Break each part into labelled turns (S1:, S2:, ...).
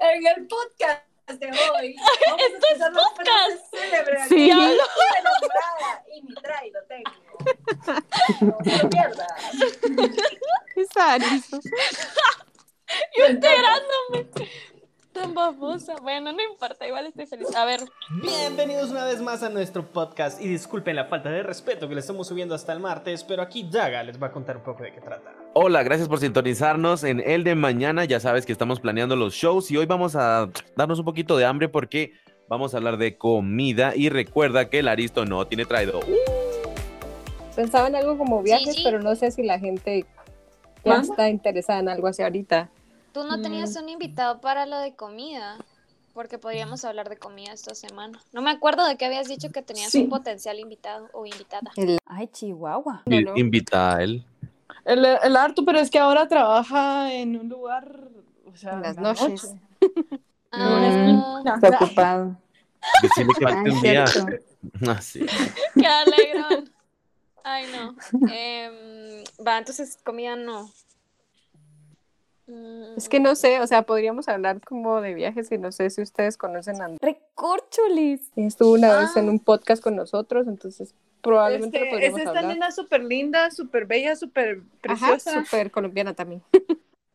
S1: en el podcast de hoy. Vamos
S2: Esto
S1: a
S2: es
S1: escuchar las frases
S2: podcast.
S1: célebres
S3: Sí.
S1: aquí. Estoy enamorada y mi try lo tengo. No se lo pierda.
S3: Es Arizo.
S2: Yo enterándome. Tan babosa. Bueno, no importa, igual estoy feliz. A ver,
S4: Bienvenidos una vez más a nuestro podcast y disculpen la falta de respeto que le estamos subiendo hasta el martes, pero aquí Daga les va a contar un poco de qué trata.
S5: Hola, gracias por sintonizarnos en el de mañana. Ya sabes que estamos planeando los shows y hoy vamos a darnos un poquito de hambre porque vamos a hablar de comida y recuerda que el Aristo no tiene traído.
S6: Pensaba en algo como viajes,
S7: sí.
S6: pero no sé si la gente ya
S3: ¿Manda?
S6: está interesada en algo así ahorita.
S7: Tú no tenías un invitado para lo de comida, porque podríamos hablar de comida esta semana. No me acuerdo de que habías dicho que tenías
S1: Sí.
S7: un potencial invitado o invitada.
S8: Ay, Chihuahua.
S3: No, no.
S5: Uh, Invita a él.
S9: El, el harto, pero es que ahora trabaja en un lugar. O sea,
S8: En las
S9: en la noche.
S8: noches.
S7: Ahora
S6: Mm.
S7: no.
S6: Preocupado.
S5: Decirle que falte un día. Ah, sí.
S7: Qué alegrón. Ay, no. Em, va, entonces comida no. Mm,
S6: Es que no sé, o sea, podríamos hablar como de viajes y no sé si ustedes conocen a Andrés.
S8: Recorcholis.
S6: Estuvo una vez
S7: Ah.
S6: en un podcast con nosotros, entonces probablemente
S9: Este,
S6: lo
S9: es
S6: podríamos
S9: esta
S6: hablar.
S9: nena súper linda, súper bella, súper
S6: Ajá,
S9: preciosa. Ajá,
S6: súper colombiana también.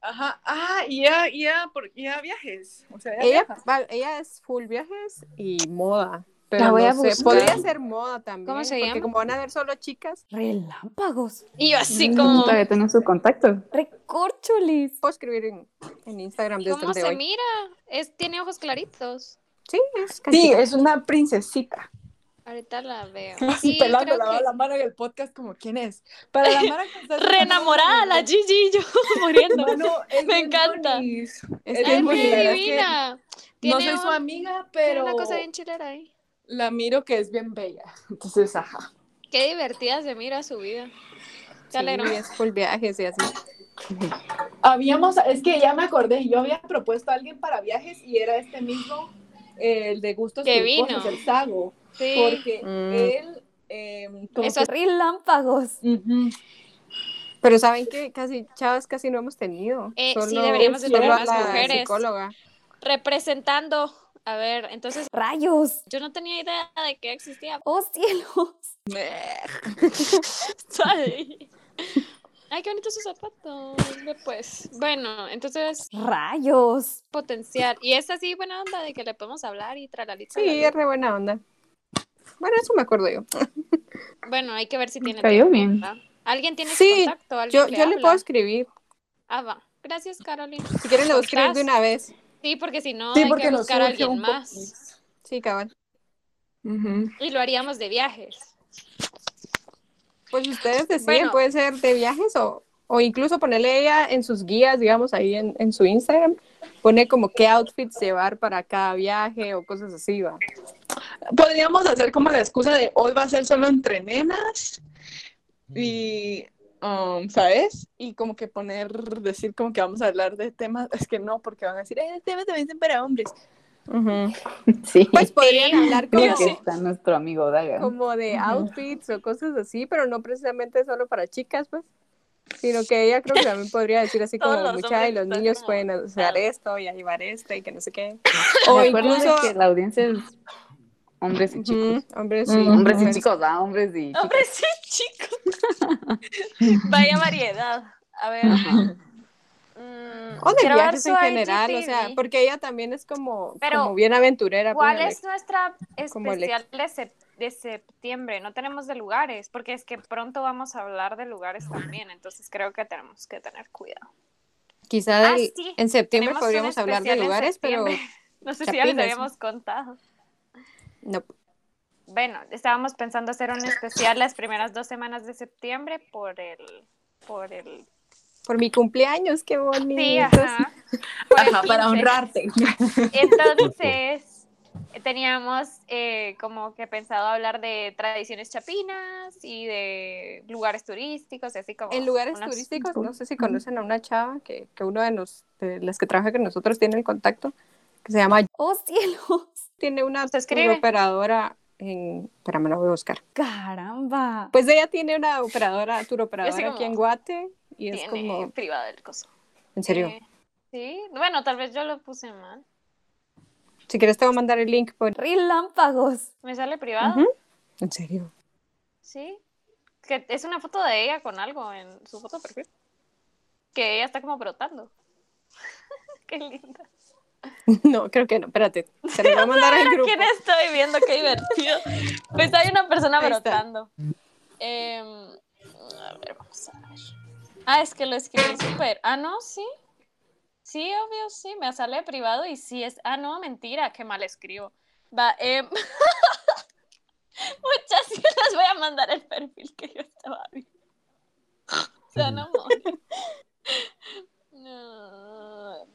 S9: Ah, y ya, y ya, por- y ya viajes. O sea, ya
S6: Ella,
S9: viaja.
S6: va- ella es full viajes y moda. Pero
S7: La voy
S6: no
S7: a
S6: sé,
S7: buscar.
S6: podría ser moda también.
S7: ¿Cómo se
S6: Porque
S7: llama?
S6: como van a ver solo chicas,
S8: Relámpagos.
S7: Y yo así como,
S1: Todavía tengo su contacto.
S8: Recorcholis.
S6: puedo escribir en, en Instagram desde
S7: ¿cómo
S6: el de
S7: se
S6: hoy.
S7: mira? Es, tiene ojos claritos.
S6: Sí, es
S9: Sí,
S6: cachita.
S9: es una princesita.
S7: Ahorita la veo.
S9: Así
S7: Sí,
S9: pelándola
S7: creo
S9: a
S7: que-
S9: la mara en el podcast, como quién es. Para la mara que está-
S2: re enamorada la Gigi y yo muriendo.
S9: Mano, es
S2: Me
S9: bien
S2: encanta.
S9: bonis. Es
S6: Es
S7: Ay,
S9: bien
S7: qué
S6: muy
S9: bonis, la verdad es que
S7: divina.
S9: No
S7: Tiene
S9: soy su
S7: un-
S9: amiga,
S7: tiene
S9: pero
S7: una cosa bien chilera ahí.
S9: la miro que es bien bella. Entonces, ajá.
S7: Qué divertida se mira su vida. Qué alegrón.
S6: Sí, es full viajes y así.
S9: Habíamos, es que ya me acordé, yo había propuesto a alguien para viajes y era este mismo, eh, el de gustos
S7: Que
S9: culposos,
S7: vino.
S9: el Sago,
S7: Sí.
S9: porque
S6: Mm.
S9: él, eh, como
S7: Eso-
S8: Relámpagos.
S9: que- Ujú.
S6: Pero saben que casi chavas casi no hemos tenido.
S7: Eh, sí, deberíamos de
S6: solo
S7: tener
S6: a
S7: más
S6: la
S7: mujeres.
S6: psicóloga.
S7: Representando. A ver, entonces
S8: Rayos.
S7: yo no tenía idea de que existía.
S8: Oh, cielos.
S7: Sorry. Ay, qué bonitos sus zapatos. Ve, Pues, bueno, entonces
S8: Rayos.
S7: potencial. Y es así buena onda de que le podemos hablar y tralalita.
S6: Sí, es re buena onda. Bueno, eso me acuerdo yo.
S7: Bueno, hay que ver si tiene.
S1: Cayó
S7: tiempo,
S1: bien.
S7: ¿verdad? ¿Alguien tiene
S6: Sí,
S7: su contacto? ¿Alguien
S6: Yo,
S7: le
S6: yo le
S7: habla?
S6: puedo escribir.
S7: Ah, va. Gracias, Carolina.
S6: Si quieren, le voy a escribir de una vez.
S7: Sí, porque si no,
S9: Sí,
S7: hay
S9: porque
S7: que
S9: nos
S7: buscar a
S9: surge
S7: alguien
S9: un
S7: más.
S6: Sí, cabal.
S9: Ujú.
S7: Y lo haríamos de viajes.
S6: Pues ustedes deciden,
S7: Bueno.
S6: puede ser de viajes o, o incluso ponerle ella en sus guías, digamos, ahí en, en su Instagram. Pone como qué outfits llevar para cada viaje o cosas así, va.
S9: Podríamos hacer como la excusa de hoy va a ser solo entre nenas y, um, ¿sabes? Y como que poner, decir como que vamos a hablar de temas, es que no, porque van a decir, eh, temas también son para hombres.
S1: Sí.
S6: Pues podrían hablar como,
S1: Mira que está nuestro amigo Daga.
S6: como de outfits o cosas así, pero no precisamente solo para chicas, pues, sino que ella creo que también podría decir así
S2: Todos
S6: como
S2: los
S6: mucha y
S2: hombres
S6: los
S2: están
S6: niños
S2: como
S6: pueden usar
S2: cansados".
S6: esto y a llevar esto y que no sé qué.
S1: O
S6: O
S1: incluso
S6: incluso
S1: que la audiencia es hombres y chicos.
S6: Ujú, hombres y
S1: Sí, hombres y
S6: mujeres.
S1: chicos, ah, hombres y chicos.
S2: Hombre, sí, chicos. Vaya variedad. A ver.
S1: Ajá.
S2: mm,
S6: O de
S2: quiero ver
S6: viajes
S2: su
S6: en general, o
S2: IGTV.
S6: sea, porque ella también es como,
S7: Pero,
S6: como bien aventurera.
S7: ¿Cuál
S6: pues,
S7: es nuestra
S6: como el
S7: especial de, sep- de septiembre? No tenemos de lugares, porque es que pronto vamos a hablar de lugares también, entonces creo que tenemos que tener cuidado.
S6: Quizá
S7: Ah,
S6: del-
S7: sí,
S6: en septiembre
S7: tenemos un
S6: podríamos hablar de
S7: especial en
S6: lugares, pero
S7: septiembre. No sé si ya les
S6: Chapinas.
S7: habíamos contado.
S6: no.
S7: Bueno, estábamos pensando hacer un especial las primeras dos semanas de septiembre por el... Por el...
S6: Por mi cumpleaños, qué bonito.
S7: Sí, ajá. Por el
S9: Ajá, para
S7: 15.
S9: honrarte.
S7: Entonces, teníamos eh, como que pensado hablar de tradiciones chapinas y de lugares turísticos, y así como...
S6: En lugares
S7: unos-
S6: turísticos, no sé si conocen a una chava que, que uno de, los, de las que trabaja con nosotros tiene el contacto, que se llama
S8: Oh, cielos.
S6: tiene una
S7: Se escribe.
S6: operadora en. Espérame, la voy a buscar.
S8: Caramba.
S6: Pues ella tiene una operadora, turoperadora
S7: Yo sé
S6: operadora
S7: cómo
S6: aquí en Guate. Y es
S7: Tiene
S6: como.
S7: privado el coso.
S6: En serio.
S7: Eh, sí, bueno, tal vez yo lo puse mal.
S6: Si quieres te voy a mandar el link por...
S8: Relámpagos.
S7: ¿Me sale privado?
S6: Ujú. ¿En serio?
S7: Sí. Que es una foto de ella con algo en su foto de perfil. Que ella está como brotando. Qué linda.
S6: No, creo que no. Espérate. Se lo voy a mandar al
S7: Mira
S6: grupo.
S7: quién estoy viendo, qué divertido. Pues hay una persona
S6: pues Ahí está.
S7: brotando. Em, a ver, vamos a ver. Ah, es que lo escribí súper. Ah, no, sí. Sí, obvio, sí. Me sale privado y sí es. Ah, no, mentira, qué mal escribo. Va, em. Muchas yo les voy a mandar el perfil que yo estaba viendo. Se van a morir.
S6: Mm.
S7: No.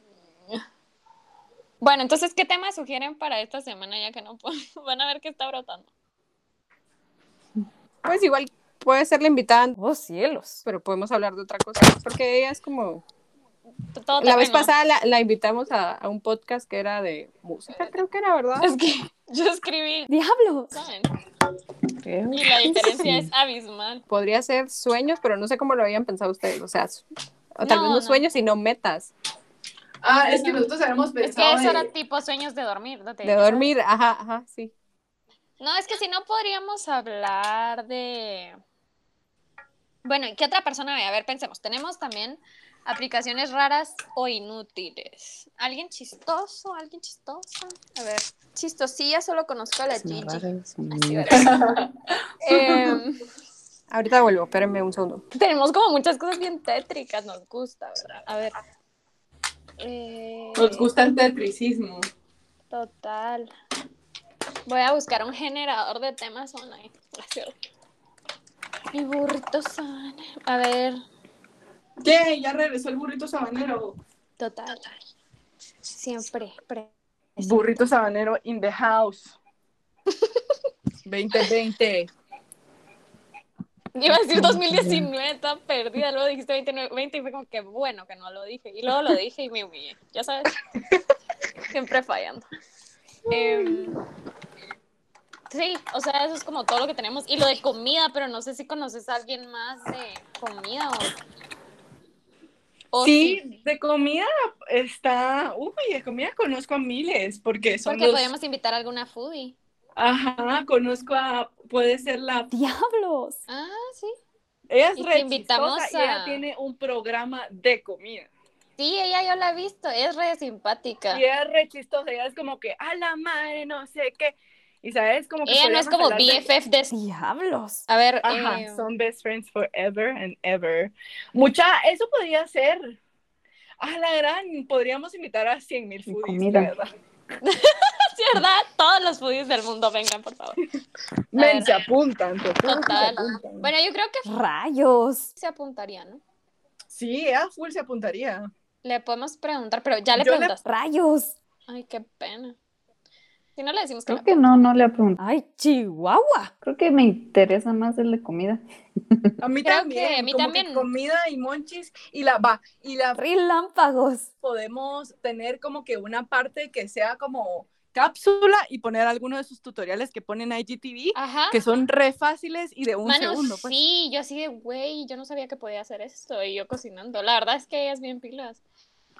S7: Bueno, entonces, ¿qué tema sugieren para esta semana ya que no puedo? Van a ver que está brotando.
S6: Pues igual puede ser la invitada,
S8: Oh, cielos.
S6: pero podemos hablar de otra cosa. Porque ella es como...
S7: T- Todo
S6: La vez
S7: terreno.
S6: pasada la, la invitamos a, a un podcast que era de música, creo que era, ¿verdad?
S7: Es que yo escribí,
S8: Diablos.
S7: ¿saben?
S6: Creo.
S7: Y la diferencia es abismal.
S6: Podría ser sueños, pero no sé cómo lo habían pensado ustedes. O sea, su- o tal
S7: No,
S6: vez no,
S7: no.
S6: sueños, sino metas.
S10: Ah, es que nosotros habíamos
S7: Es que
S10: pensado
S7: eso
S10: de-
S7: era tipo sueños de dormir. ¿no te
S6: De
S7: digas?
S6: dormir, ajá, ajá, sí.
S7: No, es que si no podríamos hablar de... Bueno, ¿y qué otra persona ve? A ver, pensemos. Tenemos también aplicaciones raras o inútiles. ¿Alguien chistoso? ¿Alguien chistosa? A ver, chistosilla solo conozco a la Gigi. Así, ¿verdad? Em,
S6: Ahorita vuelvo, espérenme un segundo.
S7: tenemos como muchas cosas bien tétricas, nos gusta, ¿verdad? A ver. Eh,
S10: Nos gusta el tetricismo.
S7: Total. Voy a buscar un generador de temas online. Gracias. Mi burrito sana. A ver,
S10: ¿Qué? Ya regresó el burrito sabanero.
S7: total. Siempre. pre-
S9: Burrito sabanero in the house.
S10: 2020.
S7: Iba a decir 2019, estaba perdida. Luego dijiste 29, 20 y fue como que bueno que no lo dije. Y luego lo dije y me humillé. Ya sabes. Siempre fallando. Em, sí, o sea, eso es como todo lo que tenemos. Y lo de comida, pero no sé si conoces a alguien más de comida o. o
S9: sí, de comida está. Uy, de comida conozco a miles, porque son
S7: Porque
S9: los.
S7: podríamos invitar a alguna foodie.
S9: Ajá, conozco a. Puede ser la.
S8: Diablos.
S7: Ah, sí.
S9: Ella es
S7: Y te
S9: re
S7: invitamos
S9: chistosa y ella
S7: a-
S9: tiene un programa de comida.
S7: Sí, ella yo la he visto, es re simpática.
S9: Y ella es re chistosa, ella es como que a la madre, no sé qué. Y sabes, como que.
S7: Ella no es
S9: podríamos
S7: como
S9: hablar de-
S7: BFF de...
S8: Diablos.
S7: A ver,
S9: Ajá,
S7: eh,
S9: em, son best friends forever and ever. Mucha, eso podría ser. A la gran, podríamos invitar a 100 mil foodies, la verdad.
S7: es verdad, todos los foodies del mundo vengan, por favor.
S9: Men, se apuntan. te juro que se
S7: Total.
S9: apuntan.
S7: Bueno, yo creo que
S8: Rayos.
S7: se apuntaría, ¿no?
S9: Sí, a full se apuntaría.
S7: Le podemos preguntar, pero ya le
S9: Yo le-
S7: preguntaste.
S8: Rayos.
S7: Ay, qué pena. Si no le decimos que
S11: Creo
S7: no.
S11: que no, no le pregunté.
S8: Ay, Chihuahua.
S11: Creo que me interesa más el de comida.
S9: A mí
S7: Creo
S9: también.
S7: que a mí
S9: como
S7: también.
S9: comida y monchis y la va y la
S8: Relámpagos.
S9: podemos tener como que una parte que sea como cápsula y poner alguno de sus tutoriales que ponen IGTV
S7: Ajá.
S9: que son re fáciles y de un
S7: Mano,
S9: segundo. Pues.
S7: sí, yo así de, güey, yo no sabía que podía hacer esto y yo cocinando. La verdad es que ella es bien pilas.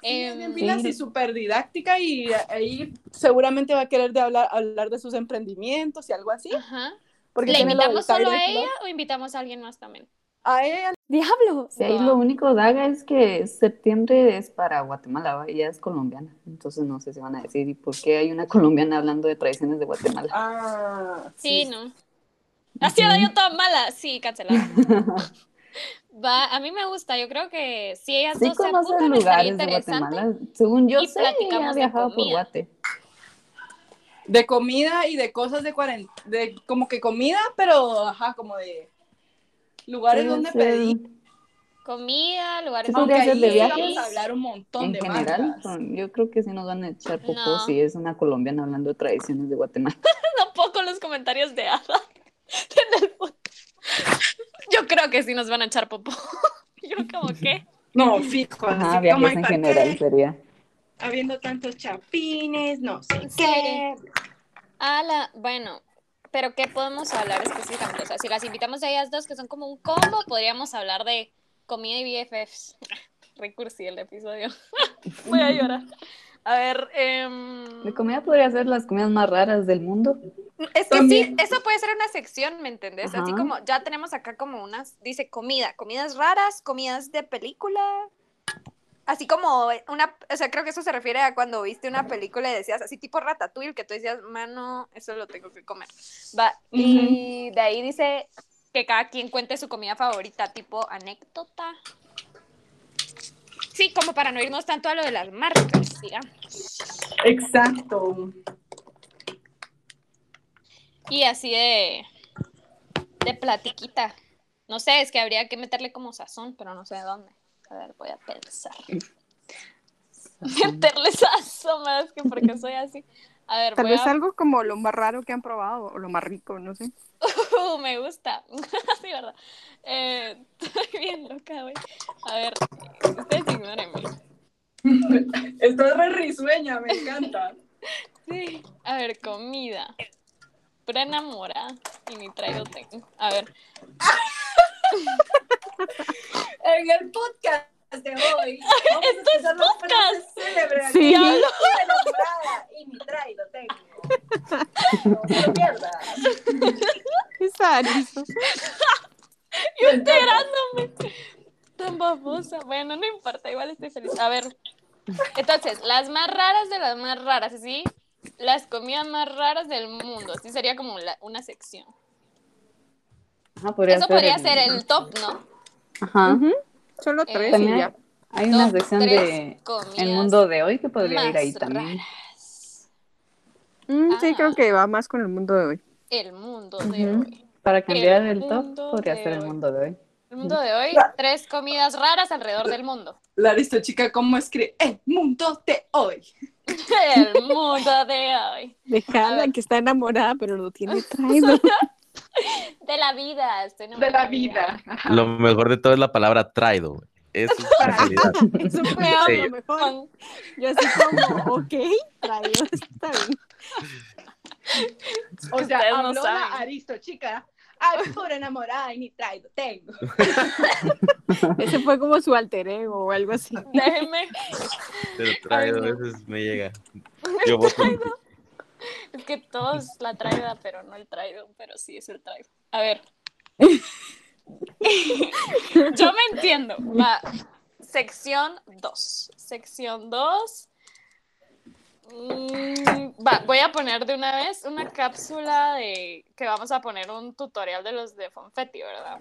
S9: Sí, es
S7: Em,
S9: bien pilas y súper didáctica y ahí seguramente va a querer de hablar, hablar de sus emprendimientos y algo así.
S7: Ajá.
S9: Porque
S7: ¿Le
S9: tiene la
S7: invitamos solo a
S9: vocabularia.
S7: ella o invitamos a alguien más también?
S9: A ella
S8: Diablos.
S11: Si ahí
S7: Guau.
S11: lo único daga es que septiembre es para Guatemala, ¿va? ella es colombiana. Entonces no sé si van a decir, ¿y por qué hay una colombiana hablando de tradiciones de Guatemala?
S9: Ah,
S7: Sí, no. Así era yo toda mala. Sí, cancelada. Va, a mí me gusta. Yo creo que si ellas
S11: Sí
S7: dos se
S11: conoces
S7: apuntan, estaría
S11: lugares de
S7: interesante.
S11: Guatemala. Según yo
S7: Y
S11: sé, ella ha
S7: platicamos de
S11: viajado por
S7: comida.
S11: Guate.
S9: de comida y de cosas de cuarentena, de como que comida, pero ajá, como de lugares
S11: Puede
S9: donde
S11: ser
S9: pedir.
S7: Comida, lugares
S11: Sí,
S9: Aunque
S11: podría ser
S9: ahí
S11: de
S9: sí
S11: viajes.
S9: vamos a hablar un montón
S11: En
S9: de
S11: general,
S9: marcas.
S11: con- yo creo que sí nos van a echar poco
S7: No.
S11: si es una colombiana hablando de tradiciones de Guatemala.
S7: Tampoco los comentarios de Ada. en el podcast. Yo creo que sí nos van a echar popó. Yo como que.
S9: No, fijo,
S7: Pues
S11: Ajá,
S9: así como
S11: viajes
S9: hay
S11: en
S9: parque,
S11: general sería.
S9: habiendo tantos chapines, no sé
S7: Sí.
S9: qué.
S7: Ala, bueno. Pero ¿qué podemos hablar específicamente? O sea, si las invitamos a ellas dos, que son como un combo, podríamos hablar de comida y BFFs. Recursí el episodio. Voy a llorar.
S2: A ver, em,
S11: De comida podría ser las comidas más raras del mundo.
S7: Es que sí,
S11: También.
S7: eso puede ser una sección, ¿me entendés? Así
S11: Ajá.
S7: como ya tenemos acá como unas, dice comida, comidas raras, comidas de película. Así como una, o sea, creo que eso se refiere a cuando viste una película y decías así tipo ratatouille, que tú decías, mano, eso lo tengo que comer. Va, y de ahí dice que cada quien cuente su comida favorita, tipo anécdota. Sí, como para no irnos tanto a lo de las marcas, digamos.
S10: Exacto.
S7: Y así de, de platiquita. No sé, es que habría que meterle como sazón, pero no sé dónde. A ver, voy a pensar. Meterle sazón, más que porque soy así. A ver,
S6: Tal
S7: voy
S6: vez
S7: a...
S6: algo como lo más raro que han probado, o lo más rico, no sé.
S7: Uh, me gusta. sí, verdad. Eh, estoy bien loca, güey. A ver, ustedes ignórenme.
S10: Esto es re risueña, me encanta.
S7: Sí. A ver, comida. Pura enamorada. Y ni traigo tengo. A ver.
S1: En el podcast de hoy. vamos a
S7: Esto es
S1: escuchar las frases
S7: podcast.
S1: célebres aquí.
S7: Sí.
S1: Yo estoy enamorada y mi try lo tengo. No, no pierda.
S3: Qué sadizo.
S2: Yo enterándome. Tan babosa. Bueno, no importa, igual estoy feliz. A ver.
S7: Entonces, las más raras de las más raras, ¿sí? Las comidas más raras del mundo. Así sería como la- una sección.
S11: Ajá, podría
S7: Eso
S11: ser
S7: podría
S11: el-
S7: ser el top, ¿no?
S11: Ajá.
S6: Solo
S7: tres y
S11: También
S7: ya.
S11: hay una
S7: Top
S11: sección
S7: tres
S11: de
S7: comidas
S11: El mundo de hoy que podría
S7: más
S11: ir ahí también.
S6: Mm, Sí, creo que va más con el mundo de hoy.
S7: El mundo de
S11: Ujú.
S7: hoy.
S11: Para cambiar el, top,
S7: mundo
S11: podría
S7: de
S11: ser el
S7: hoy.
S11: mundo de hoy.
S7: El mundo de hoy, tres comidas raras alrededor del mundo.
S10: La aristochica, ¿cómo escribe? El mundo de hoy.
S7: El mundo de hoy.
S6: Dejada que está enamorada, pero lo tiene traído.
S7: De la vida. estoy
S10: De la
S7: enamorada.
S10: vida.
S5: Lo mejor de todo es la palabra traido. güey. Eso es una calidad.
S6: Eso fue
S5: En
S6: a
S5: serio.
S6: lo mejor. Yo así como, ok, traído, está bien.
S10: O sea,
S2: Ustedes no
S10: habló la
S2: saben.
S10: aristochica. Ay, pobre enamorada y ni traigo, tengo.
S6: Ese fue como su alter ego o algo así.
S7: Déjenme.
S5: Pero traido,
S7: Ay,
S5: eso es- me llega. Yo voto.
S7: Es que todos la traida, pero no el traído, pero sí es el traído. A ver. Yo me entiendo. Va. Sección 2. Sección 2. Mm, va, voy a poner de una vez una cápsula de que vamos a poner un tutorial de los de Fonfetti, ¿verdad?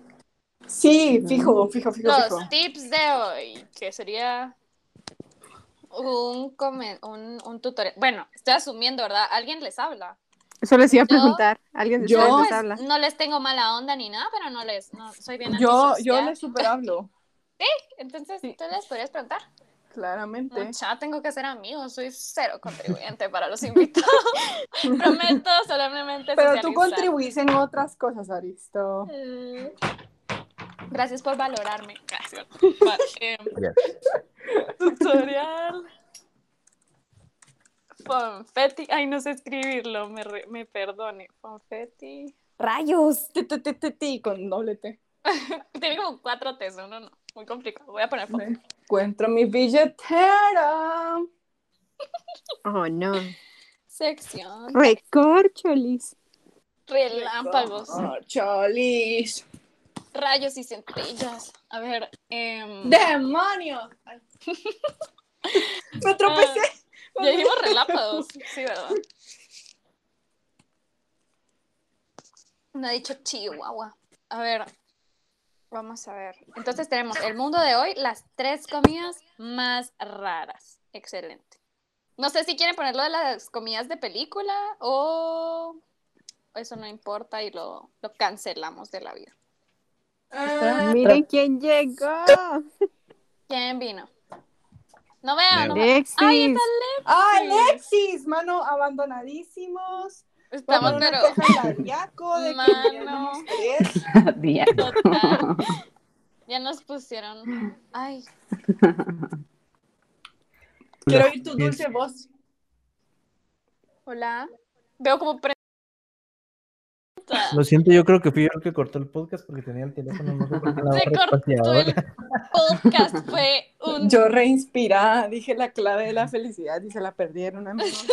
S10: Sí, fijo, fijo, fijo,
S7: Los
S10: fijo.
S7: tips de hoy, que sería un, come- un, un tutorial. Bueno, estoy asumiendo, ¿verdad? Alguien les habla.
S6: Eso les iba a
S7: Yo-
S6: preguntar. Alguien de
S10: yo-
S6: ustedes les
S7: Pues,
S6: habla.
S7: no les tengo mala onda ni nada, pero no les, no, soy bien
S9: Yo,
S7: antisocial.
S9: yo le super hablo,
S7: Entonces, tú les podrías preguntar.
S9: claramente.
S7: Mucha, tengo que ser amigos, soy cero contribuyente para los invitados. Prometo solemnemente
S9: Pero tú
S7: socializar.
S9: contribuís en otras cosas, Aristo.
S7: Eh, Gracias por valorarme. Gracias. Va, eh, tutorial. Fonfetti. Ay, no sé escribirlo, me, re- me perdone. Fonfetti.
S8: Rayos.
S9: Ti, ti, ti, ti, ti, Con doble T.
S7: Tiene como cuatro T's, uno no. Muy complicado. Voy a poner fonfetti.
S9: Encuentro mi billetera.
S6: Oh, no.
S7: Sección.
S6: Recorcholis.
S7: Relámpagos.
S9: Oh, cholis.
S7: Rayos y centellas. A ver. em,
S10: ¡Demonios! Ay. Me
S9: pues,
S10: tropecé.
S7: ah, ya dijimos relámpagos. Sí, ¿verdad? No he dicho chihuahua. A ver. Vamos a ver. Entonces tenemos el mundo de hoy, las tres comidas más raras. Excelente. No sé si quieren ponerlo de las comidas de película o eso no importa y lo, lo cancelamos de la vida.
S10: Ah,
S6: Miren quién llegó.
S7: ¿Quién vino? No veo, no veo.
S6: Alexis.
S7: Ay, está
S10: Alexis, mano, abandonadísimos.
S7: Estamos,
S10: Vamos a
S7: pero
S10: una queja al Diaco de que
S7: Mano.
S10: ya no nos querés.
S11: Día.
S7: total. Ya nos pusieron. Ay,
S10: Quiero oír tu dulce voz.
S7: hola. Veo como pre-
S12: Lo siento, yo creo que fui yo el que cortó el podcast porque tenía el teléfono. No sé por qué en la
S7: Se
S12: barra
S7: cortó el
S12: espaciadora.
S7: podcast, fue un...
S9: Yo reinspirada, dije la clave de la felicidad y se la perdieron, amigos.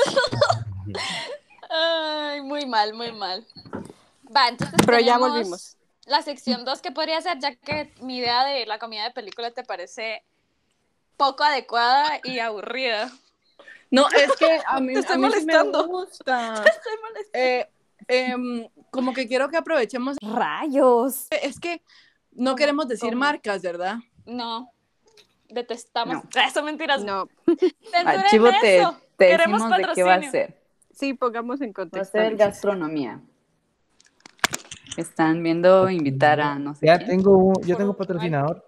S7: Ay, muy mal, muy mal. Va, entonces
S6: Pero ya
S7: tenemos
S6: volvimos.
S7: La sección 2 que podría ser, ya que mi idea de la comida de película te parece poco adecuada y aburrida.
S9: No, es que a mí,
S7: Te estoy
S9: a mí sí me
S7: molestando.
S9: gusta. Eh, em, como que quiero que aprovechemos.
S8: Rayos.
S9: Es que no queremos decir marcas, ¿verdad?
S7: No, detestamos. Eso mentiras.
S6: No.
S7: Censuren
S11: Archivo te,
S7: eso.
S11: te
S7: Queremos
S11: decimos de qué va a
S7: patrocinio.
S11: ser.
S6: Sí, pongamos en
S11: Va a
S6: contexto.
S11: ser gastronomía. Están viendo invitar a no sé
S12: Ya
S11: quién.
S12: tengo, un- yo tengo patrocinador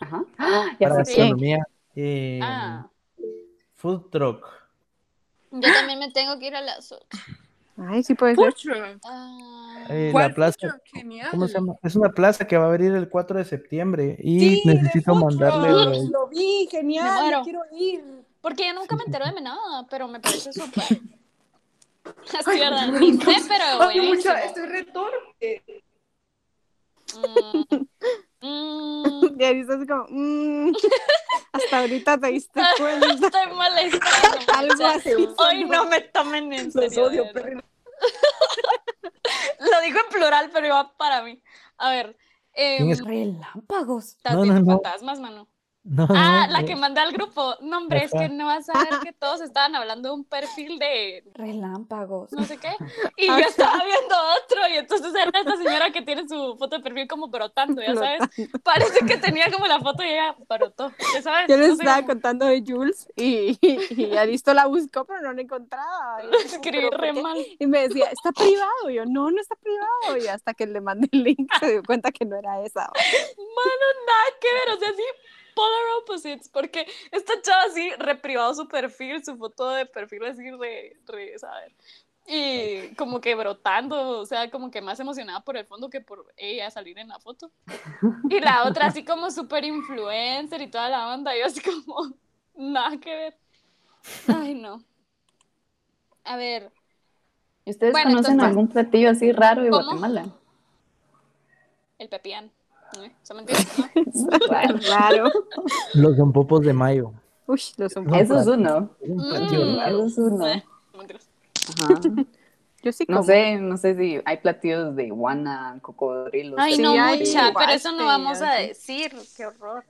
S11: Ajá. Ah, ya
S12: para
S11: sé Ah. quién.
S12: gastronomía. eh, Food truck.
S7: Yo también me tengo que ir a las otras.
S6: Ay, sí puede
S12: ser.
S7: Ah.
S12: eh,
S7: ¿Cuál
S12: la plaza. ¿Cómo se llama? Es una plaza que va a abrir el 4 de septiembre y necesito mandarle. los-
S9: Lo vi, genial,
S7: Me muero.
S9: quiero ir.
S7: Porque yo nunca me entero de mi nada, pero me parece súper. Es verdad, ni sé, pero
S10: Ay, no,
S7: buenísimo.
S10: mucha, estoy retorpe.
S7: mm,
S6: Y ahí estás como, mm, hasta ahorita te diste cuenta.
S7: Estoy molestando.
S6: Algo
S7: muchachos.
S6: así.
S7: Hoy no me tomen en serio. de verdad. Lo digo en plural, pero iba para mí. A ver. Eh,
S12: ¿Quién es?
S7: Relámpagos.
S12: No, no,
S7: viendo
S12: no.
S7: fantasmas, mano.
S12: No,
S7: Ah,
S12: no,
S7: la
S12: no.
S7: que mandé al grupo. No, hombre, es que
S12: Ajá.
S7: no vas a ver que todos estaban hablando de un perfil de
S8: Relámpagos.
S7: no sé qué. Y yo estaba viendo otro, y entonces era esta señora que tiene su foto de perfil como brotando, ya sabes. Parece que tenía como la foto y ella brotó, ya sabes.
S6: Yo les
S7: No sé
S6: estaba
S7: cómo.
S6: contando de Jules y, y, y Aristo la buscó, pero no la encontraba. Y yo,
S7: Escribí
S6: "¿Pero por
S7: re
S6: qué?".
S7: mal.
S6: Y me decía, está privado. Y yo, no, no está privado. Y hasta que le mandé el link se dio cuenta que no era esa.
S7: Mano, nada que ver, o sea, sí, polar opposites, porque esta chava sí reprivado su perfil, su foto de perfil así, re, re, saber. Y como que brotando, o sea, como que más emocionada por el fondo que por ella salir en la foto. Y la otra así como super influencer y toda la onda, yo así como, nada que ver. Ay, no. A ver,
S11: ¿Y ustedes
S7: Bueno,
S11: conocen
S7: entonces-
S11: algún platillo así raro de
S7: ¿Cómo?
S11: Guatemala?
S7: el pepián. ¿Eh? ¿Son mentiras? ¿No?
S6: Claro.
S12: Los zompopos de mayo.
S6: Uy, los son
S9: pues,
S11: Eso es uno.
S12: Un
S7: platillo
S11: Eso
S7: raro.
S11: es uno.
S7: Mm. Mentiras.
S11: Ajá.
S6: Yo sí
S11: No
S6: como.
S11: sé, no sé si hay platillos de iguana, cocodrilo.
S9: Pues
S7: Ay,
S11: sí,
S7: no
S11: hay-
S7: mucha, pero eso no
S6: guaste,
S7: vamos a
S6: así.
S7: decir, qué horror.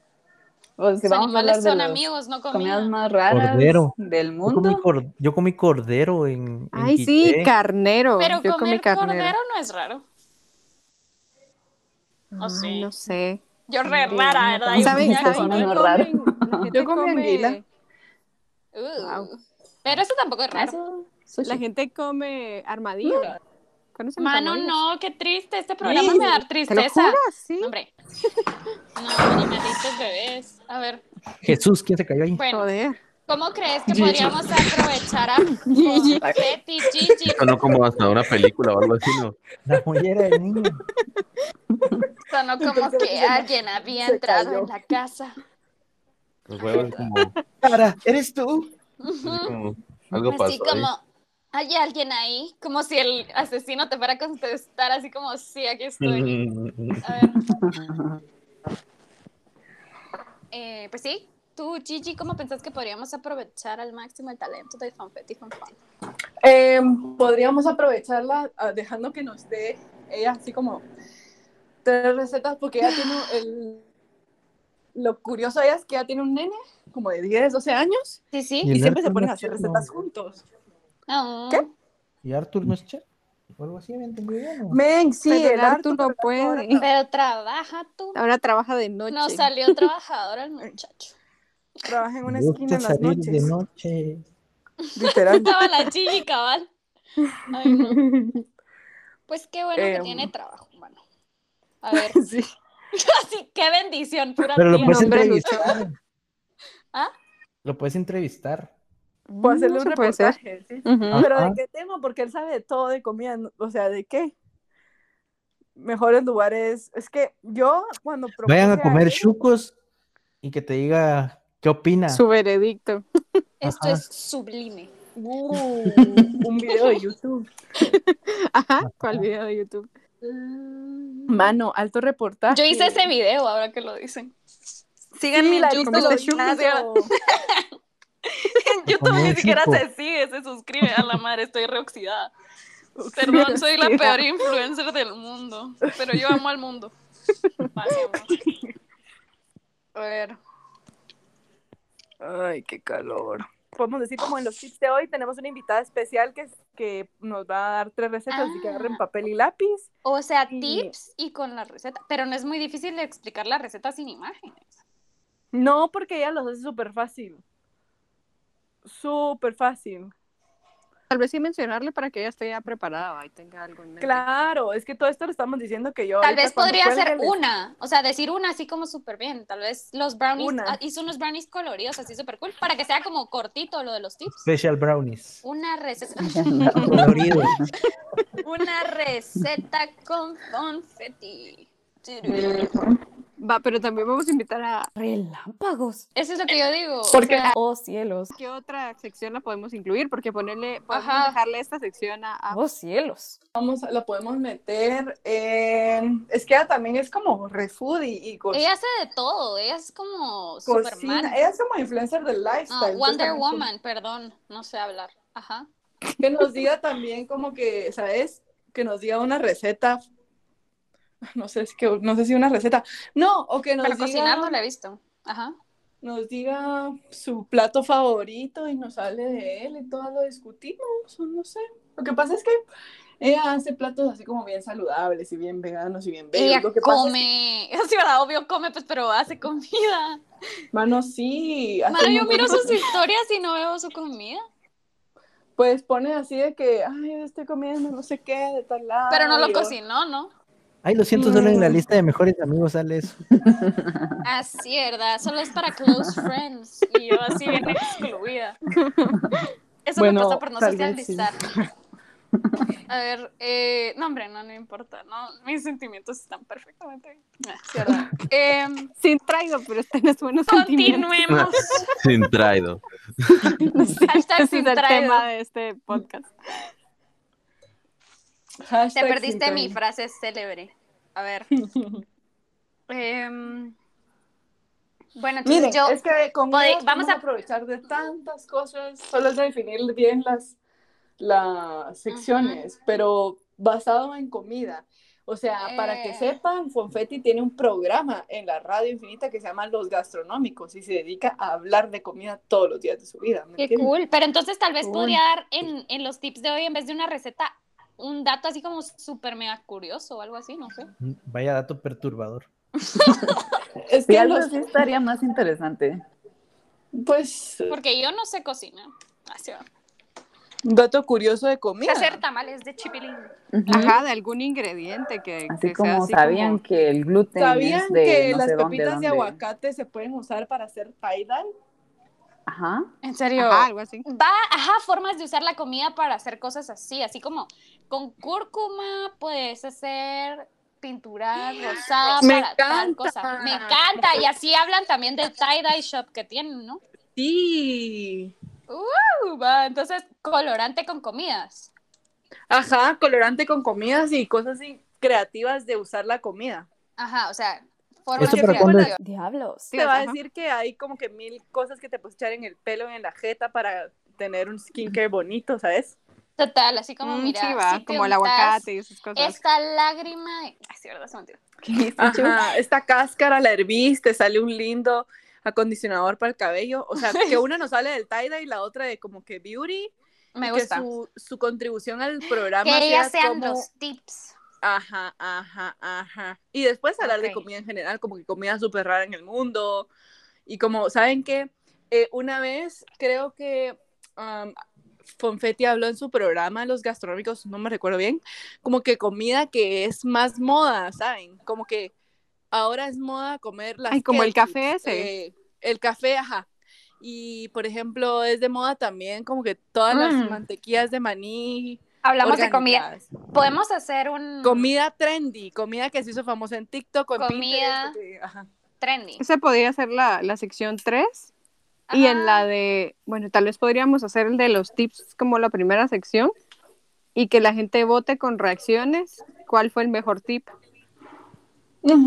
S11: O si
S7: Los
S11: vamos a
S7: animales
S11: hablar de
S7: son
S11: las
S7: amigos, no comida.
S11: comidas más raras
S12: Cordero.
S11: del
S12: Yo comí,
S11: mundo.
S12: cor- yo comí cordero en. en
S6: Ay, sí,
S12: Quiché.
S6: carnero.
S7: Pero
S6: Yo comí
S7: comer
S6: carnero.
S7: cordero no es raro. ¿O
S6: Ay,
S7: sí?
S6: no sé.
S7: Yo re rara, ¿verdad? Yo
S6: ¿Saben,
S7: ya
S6: saben
S7: comí.
S6: qué
S11: no raro.
S6: comen? La gente
S9: Yo comí
S6: come-
S9: anguila.
S7: Uh, Pero eso tampoco es raro.
S11: Eso,
S6: La
S11: sushi.
S6: gente come armadillo. ¿Conocen los
S7: Mano,
S6: armadillos?
S7: no, qué triste. Este programa
S6: Sí,
S7: me da
S6: ¿Te lo
S7: tristeza.
S6: juras? Sí.
S7: No, hombre. No, animalitos bebés. A ver,
S12: Jesús, ¿quién se cayó ahí?
S7: bueno,
S6: Joder.
S7: ¿cómo crees que podríamos aprovechar a Betty Gigi?
S5: Sonó como hasta una película o algo así, ¿no?
S12: La mollera del niño.
S7: Sonó como que alguien había entrado en la casa.
S5: Los huevos como,
S12: Cara, ¿eres tú?
S5: así como algo
S7: Así
S5: pasó ahí.
S7: como, ¿hay alguien ahí? Como si el asesino te fuera a contestar, así como, sí, aquí estoy. A ver. Eh, pues sí, tú, Gigi, ¿cómo pensás que podríamos aprovechar al máximo el talento de Fanfetti Fanfan?
S9: Eh, podríamos aprovecharla ah, dejando que nos dé ella así como tres recetas, porque ella tiene el... Lo curioso de ella es que ella tiene un nene como de 10, 12 años
S7: Sí,
S12: Y
S7: sí.
S9: y
S12: el
S9: siempre se
S12: Arthur
S9: ponen
S12: no
S9: a
S12: es
S9: hacer
S12: chef,
S9: recetas
S12: no.
S9: juntos.
S7: No.
S12: ¿Y Arthur no es chef? ¿O algo así? ¿Me entendí bien? o?
S9: Men, sí,
S6: Pero
S9: el
S6: el Artu
S9: Arthur
S6: no puede.
S7: Pero trabaja tú.
S6: Ahora trabaja de noche.
S7: No salió trabajador el muchacho.
S9: trabaja en una
S12: Me
S9: esquina
S12: gusta
S9: en las
S12: salir de
S9: noches.
S12: noche.
S9: Literal.
S7: Estaba la Gigi cabal. Ay, no. Pues qué bueno que
S9: Em.
S7: tiene trabajo, mano. A ver,
S9: Sí.
S7: así, qué bendición, pura
S12: Pero lo
S7: tía.
S12: puedes
S6: hombre,
S12: entrevistar.
S7: ¿Ah?
S12: Lo puedes entrevistar. Mm,
S9: Puedo hacerle
S6: Mm, No
S9: un
S6: se puede ser.
S9: reportaje, sí.
S6: Ujú.
S9: Pero
S12: Ajá.
S9: de qué tema, porque él sabe de todo de comida, no- o sea, de qué. Mejores lugares. Es que yo cuando
S12: Vayan a
S9: propuse
S12: comer
S9: él,
S12: chucos y que te diga qué opina.
S6: Su veredicto.
S7: Esto
S12: Ajá.
S7: es sublime.
S6: Uh, un video de YouTube.
S3: Ajá, ¿cuál video de YouTube?
S9: Mm.
S6: Mano, alto reportaje.
S7: Yo hice ese video ahora que lo dicen.
S2: Sigan mi
S7: Sí,
S2: la
S7: yo
S2: lista
S7: lo
S2: de
S7: hice.
S2: Shugnazo. En YouTube
S7: Como
S2: ni
S7: un
S2: siquiera
S7: chico.
S2: se sigue, se suscribe a la madre, estoy reoxidada. Perdón, soy la
S7: Oxidada.
S2: peor influencer del mundo, pero yo amo al mundo. Vale, amor.
S6: A ver. Ay, qué calor. Podemos decir como en los tips de hoy tenemos una invitada especial que, que nos va a dar tres recetas, así que
S7: Ah.
S6: agarren papel y lápiz.
S7: O sea, tips y con la receta. Pero no es muy difícil explicar la receta sin imágenes.
S6: No, porque ella los hace súper fácil. Súper fácil.
S3: Tal vez sí mencionarle para que ella esté ya preparada y tenga algo en mente.
S6: Claro, es que todo esto lo estamos diciendo que yo.
S7: Tal
S6: ahorita
S7: vez
S6: cuando
S7: podría
S6: cuelgue
S7: ser
S6: les-
S7: una, o sea, decir una así como súper bien. Tal vez los brownies,
S6: Una.
S7: ah, hizo unos brownies coloridos así súper cool, para que sea como cortito lo de los tips.
S12: Special brownies.
S7: Una receta,
S12: Colorido.
S7: una receta con confeti.
S9: Mm.
S3: Va, pero también vamos a invitar a...
S8: Relámpagos.
S7: Eso es lo que yo digo.
S8: Porque, oh cielos,
S3: ¿Qué otra sección la podemos incluir? Porque ponerle, podemos
S8: Ajá.
S3: dejarle esta sección a... a-
S8: oh cielos.
S9: Vamos, la podemos meter en... Es que ella también es como refood y, y co-
S7: Ella hace de todo, ella es como
S9: cocina.
S7: Superman.
S9: Ella es como influencer del lifestyle.
S7: Ah,
S9: entonces
S7: Wonder
S9: también como-
S7: Woman, perdón, no sé hablar. Ajá.
S9: Que nos diga también como que, ¿sabes? Que nos diga una receta. No sé, es que, no sé si una receta. No, o que nos
S7: Para cocinar no
S9: diga,
S7: la he visto. Ajá.
S9: nos diga su plato favorito y nos hable de él y todo lo discutimos, o no sé. Lo que pasa es que ella hace platos así como bien saludables y bien veganos y bien
S7: Ella
S9: bellos. Lo que pasa es que-
S7: come, sí, ¿verdad? Obvio come, pues, pero hace comida.
S9: Mano, sí. hace
S7: Mano,
S9: un
S7: yo
S9: montón
S7: miro
S9: de
S7: sus
S9: cosas.
S7: historias y no veo su comida.
S9: Pues pone así de que, ay, estoy comiendo no sé qué de tal lado.
S7: Pero no lo
S9: y-
S7: cocinó, ¿no?
S12: Ay, lo
S11: Mm.
S12: siento, solo en la lista de mejores amigos sale eso.
S7: Así, ¿verdad? Solo es para close friends. Y yo así bien excluida. Eso
S9: Bueno,
S7: me pasa por no
S9: tal vez
S7: socializar. A ver, eh, no, hombre, no, no importa. No, mis sentimientos están perfectamente bien. Ah, sí, ¿verdad? Em,
S3: Sin traído, pero tenés buenos
S6: Ah.
S7: Continuemos.
S5: Sin traído.
S7: Hashtag
S3: Ese es
S7: sin
S3: el
S7: traído.
S3: tema de este podcast.
S7: Te
S9: Hashtag
S7: perdiste
S9: sin
S7: mi
S9: trauma.
S7: frase célebre. A ver. Em, bueno, entonces
S9: Miren,
S7: yo.
S9: es que con
S7: Pode-
S9: ellas
S7: vamos
S9: vamos a
S7: a-
S9: aprovechar de tantas cosas, solo es de definir bien las, las secciones, pero basado en comida. O sea, para que
S7: Eh.
S9: sepan, Fonfetti tiene un programa en la radio infinita que se llama Los Gastronómicos y se dedica a hablar de comida todos los días de su vida. ¿me
S7: Qué
S9: entienden?
S7: cool. Pero entonces tal vez
S9: Cool.
S7: podría dar en, en los tips de hoy, en vez de una receta, un dato así como súper mega curioso o algo así, no sé.
S12: Mm, Vaya dato perturbador.
S9: Es
S11: Sí,
S9: que
S11: algo
S9: los-
S11: así estaría más interesante.
S9: pues,
S7: Porque yo no sé cocinar. Así va.
S9: un dato curioso de comida.
S7: Hacer tamales de chipilín.
S3: Ajá, de algún ingrediente que,
S11: Así
S3: que sea
S11: como
S3: así
S11: sabían
S3: como-
S11: que el gluten
S9: ¿Sabían
S11: es de
S9: que
S11: no
S9: las
S11: sé
S9: pepitas
S11: dónde,
S9: de
S11: dónde?
S9: aguacate se pueden usar para hacer tie-dye?
S11: Ajá.
S7: En serio.
S3: Ajá, algo así.
S7: Va, ajá, formas de usar la comida para hacer cosas así, así como con cúrcuma puedes hacer pintura rosada
S6: Me
S7: para tal cosa. Me encanta, y así hablan también del tie-dye shop que tienen, ¿no?
S9: Sí.
S7: Uh, va, entonces colorante con comidas.
S9: Ajá, colorante con comidas y cosas así creativas de usar la comida.
S7: Ajá, o sea, formas
S12: ¿Esto para cuándo
S7: creativas.
S12: es?
S8: Diablos.
S9: Te va a
S3: ajá.
S9: decir que hay como que mil cosas que te puedes echar en el pelo y en la jeta para tener un skincare bonito, ¿sabes?
S7: Total, así como
S3: Mm,
S7: mira,
S3: sí, va,
S7: si te
S3: como el
S7: untas
S3: aguacate y esas cosas.
S7: Esta lágrima de... Ay, sí, verdad, es mentira.
S9: Ajá, esta cáscara la hervís, te sale un lindo acondicionador para el cabello. O sea, que una nos sale del tie y la otra de como que beauty.
S7: Me
S9: y
S7: gusta.
S9: Que su, su contribución al programa
S7: Que ellas
S9: sea
S7: sean
S9: como-
S7: los tips.
S9: Ajá, ajá, ajá. Y después hablar
S7: Ok.
S9: de comida en general, como que comida súper rara en el mundo. Y como, ¿saben qué? Eh, una vez creo que um, Fonfetti habló en su programa, los gastronómicos, no me recuerdo bien, como que comida que es más moda, ¿saben? Como que ahora es moda comer las
S3: Ay, como el
S9: ketchups,
S3: café ese.
S9: eh, el café, ajá. Y, por ejemplo, es de moda también como que todas
S7: Mm.
S9: las mantequillas de maní.
S7: Hablamos de comida.
S9: orgánicas.
S7: Podemos hacer un...
S9: Comida trendy, comida que se hizo famosa en TikTok, con
S7: Comida.
S9: Pinterest, porque- ajá.
S7: trendy.
S3: Esa podría ser la, la sección 3.
S6: Y en la de, bueno, tal vez podríamos hacer el de los tips como la primera sección y que la gente vote con reacciones cuál fue el mejor tip.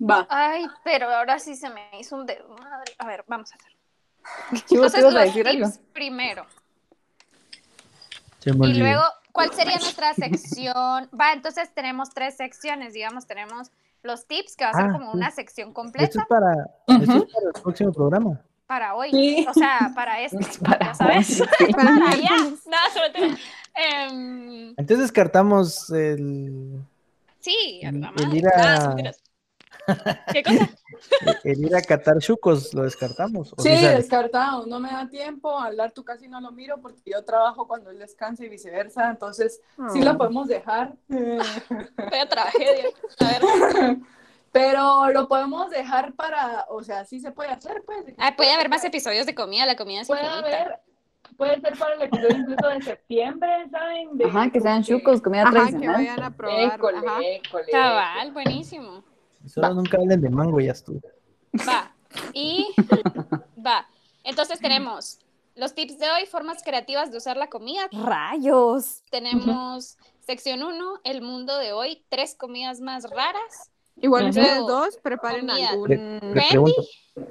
S7: Va. Ay, pero ahora sí se me hizo un dedo. Madre. A ver, vamos a hacer.
S6: Chivo,
S7: Entonces,
S6: ¿te ibas a
S7: los
S6: decir
S7: tips
S6: algo?
S7: primero.
S12: Se me
S7: Y
S12: olvidó.
S7: luego, ¿cuál sería nuestra sección? Va, entonces tenemos tres secciones, digamos, tenemos los tips, que va a ser
S12: Ah,
S7: como
S12: sí.
S7: una sección
S12: Esto
S7: completa
S12: es para, esto es para el próximo programa.
S7: para hoy,
S12: Sí.
S7: o sea, para este, ya sabes, para allá, nada, solo te- Em,
S12: Entonces descartamos el,
S7: sí, a la
S12: el
S7: madre.
S12: ir a-
S6: Ah.
S7: Nada, son Ah, mentiras. ¿Qué cosa?
S12: el ir a catar chucos, lo descartamos. ¿O
S10: Sí,
S12: sí sale?
S10: descartado. No me da tiempo. A Lartu casi no lo miro porque yo trabajo cuando él descansa y viceversa. Entonces, sí
S1: Ah.
S10: lo podemos dejar. eh,
S7: Vaya tragedia.
S10: Pero lo podemos dejar para, o sea, sí se puede hacer, pues.
S7: Ah, puede haber más episodios de comida, la comida es
S10: Puede
S7: infinita.
S10: haber, puede ser para el episodio incluso de septiembre, ¿saben? De-
S11: Ajá, que sean chucos, comida tradicional.
S10: probar,
S7: École,
S10: ajá.
S7: école. Cabal, buenísimo.
S12: Solo nunca hablen de mango, ya estuvo.
S7: Va. Y va. Entonces tenemos los tips de hoy, formas creativas de usar la comida.
S8: Rayos.
S7: Tenemos sección 1, el mundo de hoy, tres comidas más raras.
S6: Igual ustedes
S7: Luego,
S6: dos preparen
S7: comida.
S6: algún...
S12: Le, le
S7: Wendy.
S12: pregunto.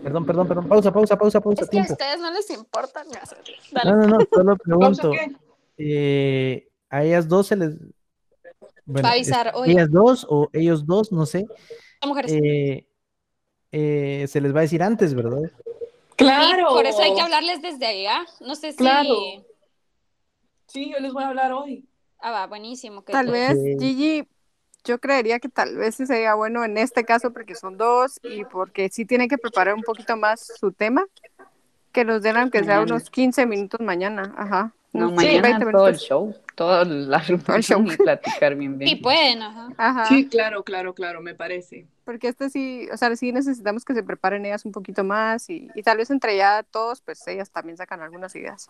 S12: Perdón, perdón, perdón. Pausa, pausa, pausa, pausa.
S7: Es que a
S12: tiempo.
S7: ustedes no les importa. me hace-
S10: Ah,
S12: No, no, no, solo pregunto.
S7: ¿qué?
S12: eh, a ellas dos se les. Bueno,
S7: Va a avisar
S12: es-
S7: hoy.
S12: Ellas dos o ellos dos, no sé.
S7: Son mujeres.
S12: eh, eh, se les va a decir antes, ¿verdad?
S10: Claro.
S7: Sí, por eso hay que hablarles desde allá. No sé si.
S10: Claro. Sí, yo les voy a hablar hoy.
S7: Ah, va, buenísimo. que
S6: Tal
S7: tú-
S6: vez, Gigi, yo creería que tal vez sí sería bueno en este caso porque son dos y porque sí tienen que preparar un poquito más su tema, que nos den aunque sea
S11: Mañana.
S6: unos 15 minutos mañana, ajá.
S11: No,
S6: Sí,
S11: mañana
S6: 20
S11: todo el
S6: minutos.
S11: show, todo la reunión y pues, platicar bien, bien.
S7: Y pueden, ajá.
S6: Ajá.
S10: Sí, claro, claro, claro, me parece.
S6: Porque este sí, o sea, sí necesitamos que se preparen ellas un poquito más y, y tal vez entre ya todos, pues ellas también sacan algunas ideas.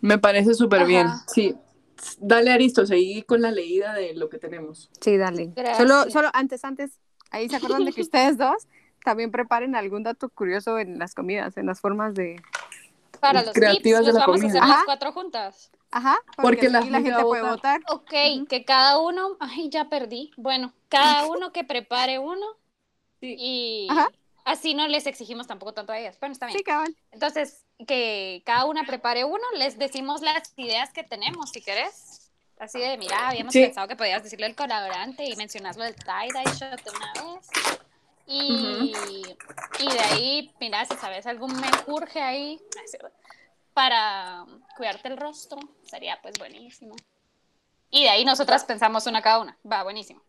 S10: Me parece súper
S6: Ajá.
S10: bien. Sí. Dale, Aristo, seguí con la leída de lo que tenemos.
S6: Sí, dale. Ah, Solo, solo antes, antes, ahí se acuerdan de que ustedes dos también preparen algún dato curioso en las comidas, en las formas de...
S7: Para los tips,
S6: Creativas de
S7: los
S6: la
S7: vamos
S6: comida.
S7: a hacer las
S6: Ajá.
S7: cuatro juntas.
S6: Ajá,
S7: porque
S6: porque,
S7: la
S6: así la
S7: gente
S6: gente
S7: va a
S6: puede votar.
S7: Ok, que cada uno, ay, ya perdí. Bueno, cada uno que prepare uno y así no les exigimos tampoco tanto a ellas. Bueno, está bien. Entonces, que cada una prepare uno, les decimos las ideas que tenemos, si querés. Así de, mira, habíamos
S10: Sí.
S7: pensado que podías decirle el colaborante y mencionarlo del tie-dye shot de una vez. Y, y de ahí, mira, si sabes algún menjurje ahí para cuidarte el rostro, sería pues buenísimo. Y de ahí nosotras pensamos una cada una. Va, buenísimo.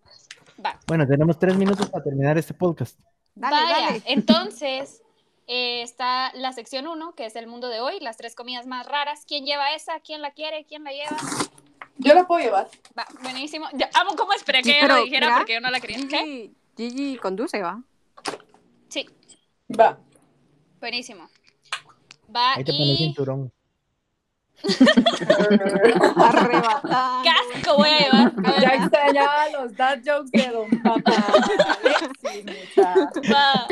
S7: Va.
S12: Bueno, tenemos tres minutos para terminar este podcast.
S7: Vaya, entonces eh, está la sección 1, que es el mundo de hoy, las tres comidas más raras. ¿Quién lleva esa? ¿Quién la quiere? ¿Quién la lleva?
S10: Yo la puedo llevar.
S7: Va, buenísimo. Ya, amo cómo esperé que
S6: Sí,
S7: ella lo
S6: pero,
S7: dijera
S6: mira,
S7: porque yo no la quería. ¿Qué?
S6: Gigi conduce, ¿va?
S7: Sí,
S10: Va.
S7: buenísimo. Va
S6: Ah,
S12: Ahí te pones
S7: y
S12: cinturón.
S7: qué asco voy a llevar.
S10: Ya extrañaba los dad jokes de Don Papá.
S7: Va.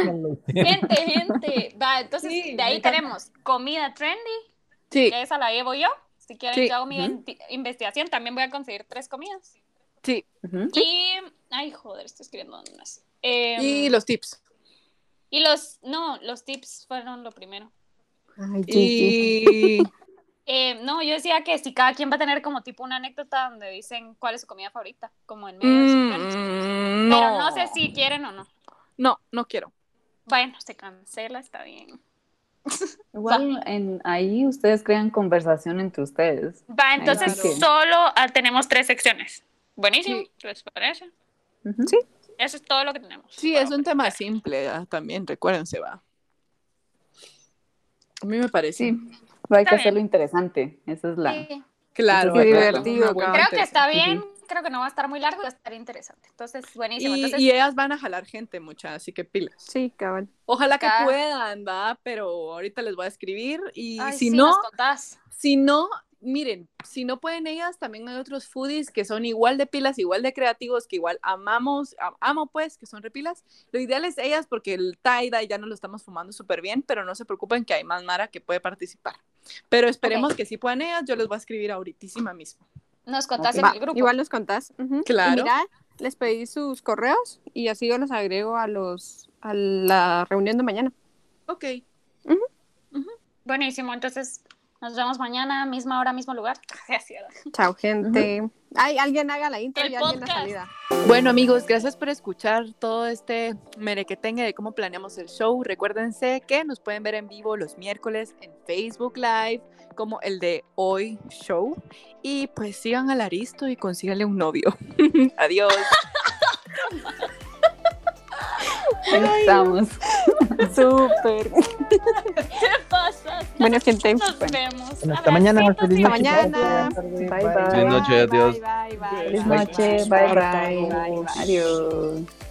S7: Gente, gente. Va, entonces de ahí tenemos comida trendy.
S6: Sí.
S7: que esa la llevo yo. Si quieren,
S6: Sí.
S7: yo hago mi
S6: Ujú.
S7: inventi- investigación. También voy a conseguir tres comidas.
S6: Sí.
S7: Y. Ay, joder, estoy escribiendo unas. Em,
S10: Y los tips.
S7: y los. No, los tips fueron lo primero.
S10: Y
S7: Eh, no, yo decía que si cada quien va a tener como tipo una anécdota donde dicen cuál es su comida favorita, como en medio de sus planes.
S10: Mm,
S7: Pero
S10: no.
S7: no sé si quieren o no.
S10: no, no quiero.
S7: Bueno, se cancela, está bien.
S11: Igual en, ahí ustedes crean conversación entre ustedes.
S7: Va, entonces
S11: Claro.
S7: solo ah, tenemos tres secciones. Buenísimo, ¿les parece?
S11: Sí.
S7: Eso es todo lo que tenemos.
S10: Sí, es un tema simple ah, también, recuérdense, va. A mí me parece.
S11: Hay que
S7: Está
S11: hacerlo interesante. Esa es la.
S7: Sí.
S10: Claro,
S11: esa es la
S10: claro.
S11: clave.
S10: Una buena
S7: Creo que está
S10: interesante.
S7: bien, creo que no va a estar muy largo y va a estar interesante. Entonces, buenísimo.
S10: Y,
S7: Entonces,
S10: y ellas van a jalar gente mucha, así que pilas.
S6: Sí, cabal.
S10: Ojalá que
S7: Ca-
S10: puedan, va, pero ahorita les voy a escribir y
S7: Ay,
S10: si
S7: sí,
S10: no,
S7: nos contás.
S10: si no,
S6: miren, si no pueden ellas, también hay otros foodies que son igual de pilas, igual de creativos, que igual amamos, a- amo pues, que son repilas. Lo ideal es ellas porque el tie-dye ya nos lo estamos fumando súper bien, pero no se preocupen que hay más Mara que puede participar. Pero esperemos que sí puedan ellas, yo les voy a escribir ahoritísima mismo.
S7: Nos contás
S6: Va,
S7: en el grupo.
S6: Igual los contás. ujú. Y
S7: Claro.
S6: mira, les pedí sus correos y así yo los agrego a los a la reunión de mañana.
S7: Ok. Buenísimo, entonces nos vemos mañana, misma hora, mismo lugar. Gracias.
S6: Chao, gente. Ay, alguien haga la intro y alguien la salida.
S10: Bueno amigos, gracias por escuchar todo este merequetengue de cómo planeamos el show. Recuérdense que nos pueden ver en vivo los miércoles en Facebook Live, como el de hoy show. Y pues sigan al Aristo y consíganle un novio. Adiós.
S11: Estamos.
S6: Súper.
S7: ¿Qué pasa?
S6: Bueno, gente.
S7: Nos vemos.
S12: Bueno, hasta mañana. Feliz
S6: Hasta
S12: noche.
S6: mañana.
S11: Bye,
S6: bye.
S5: Buenas noches, adiós.
S11: Feliz noche, bye bye. Adiós.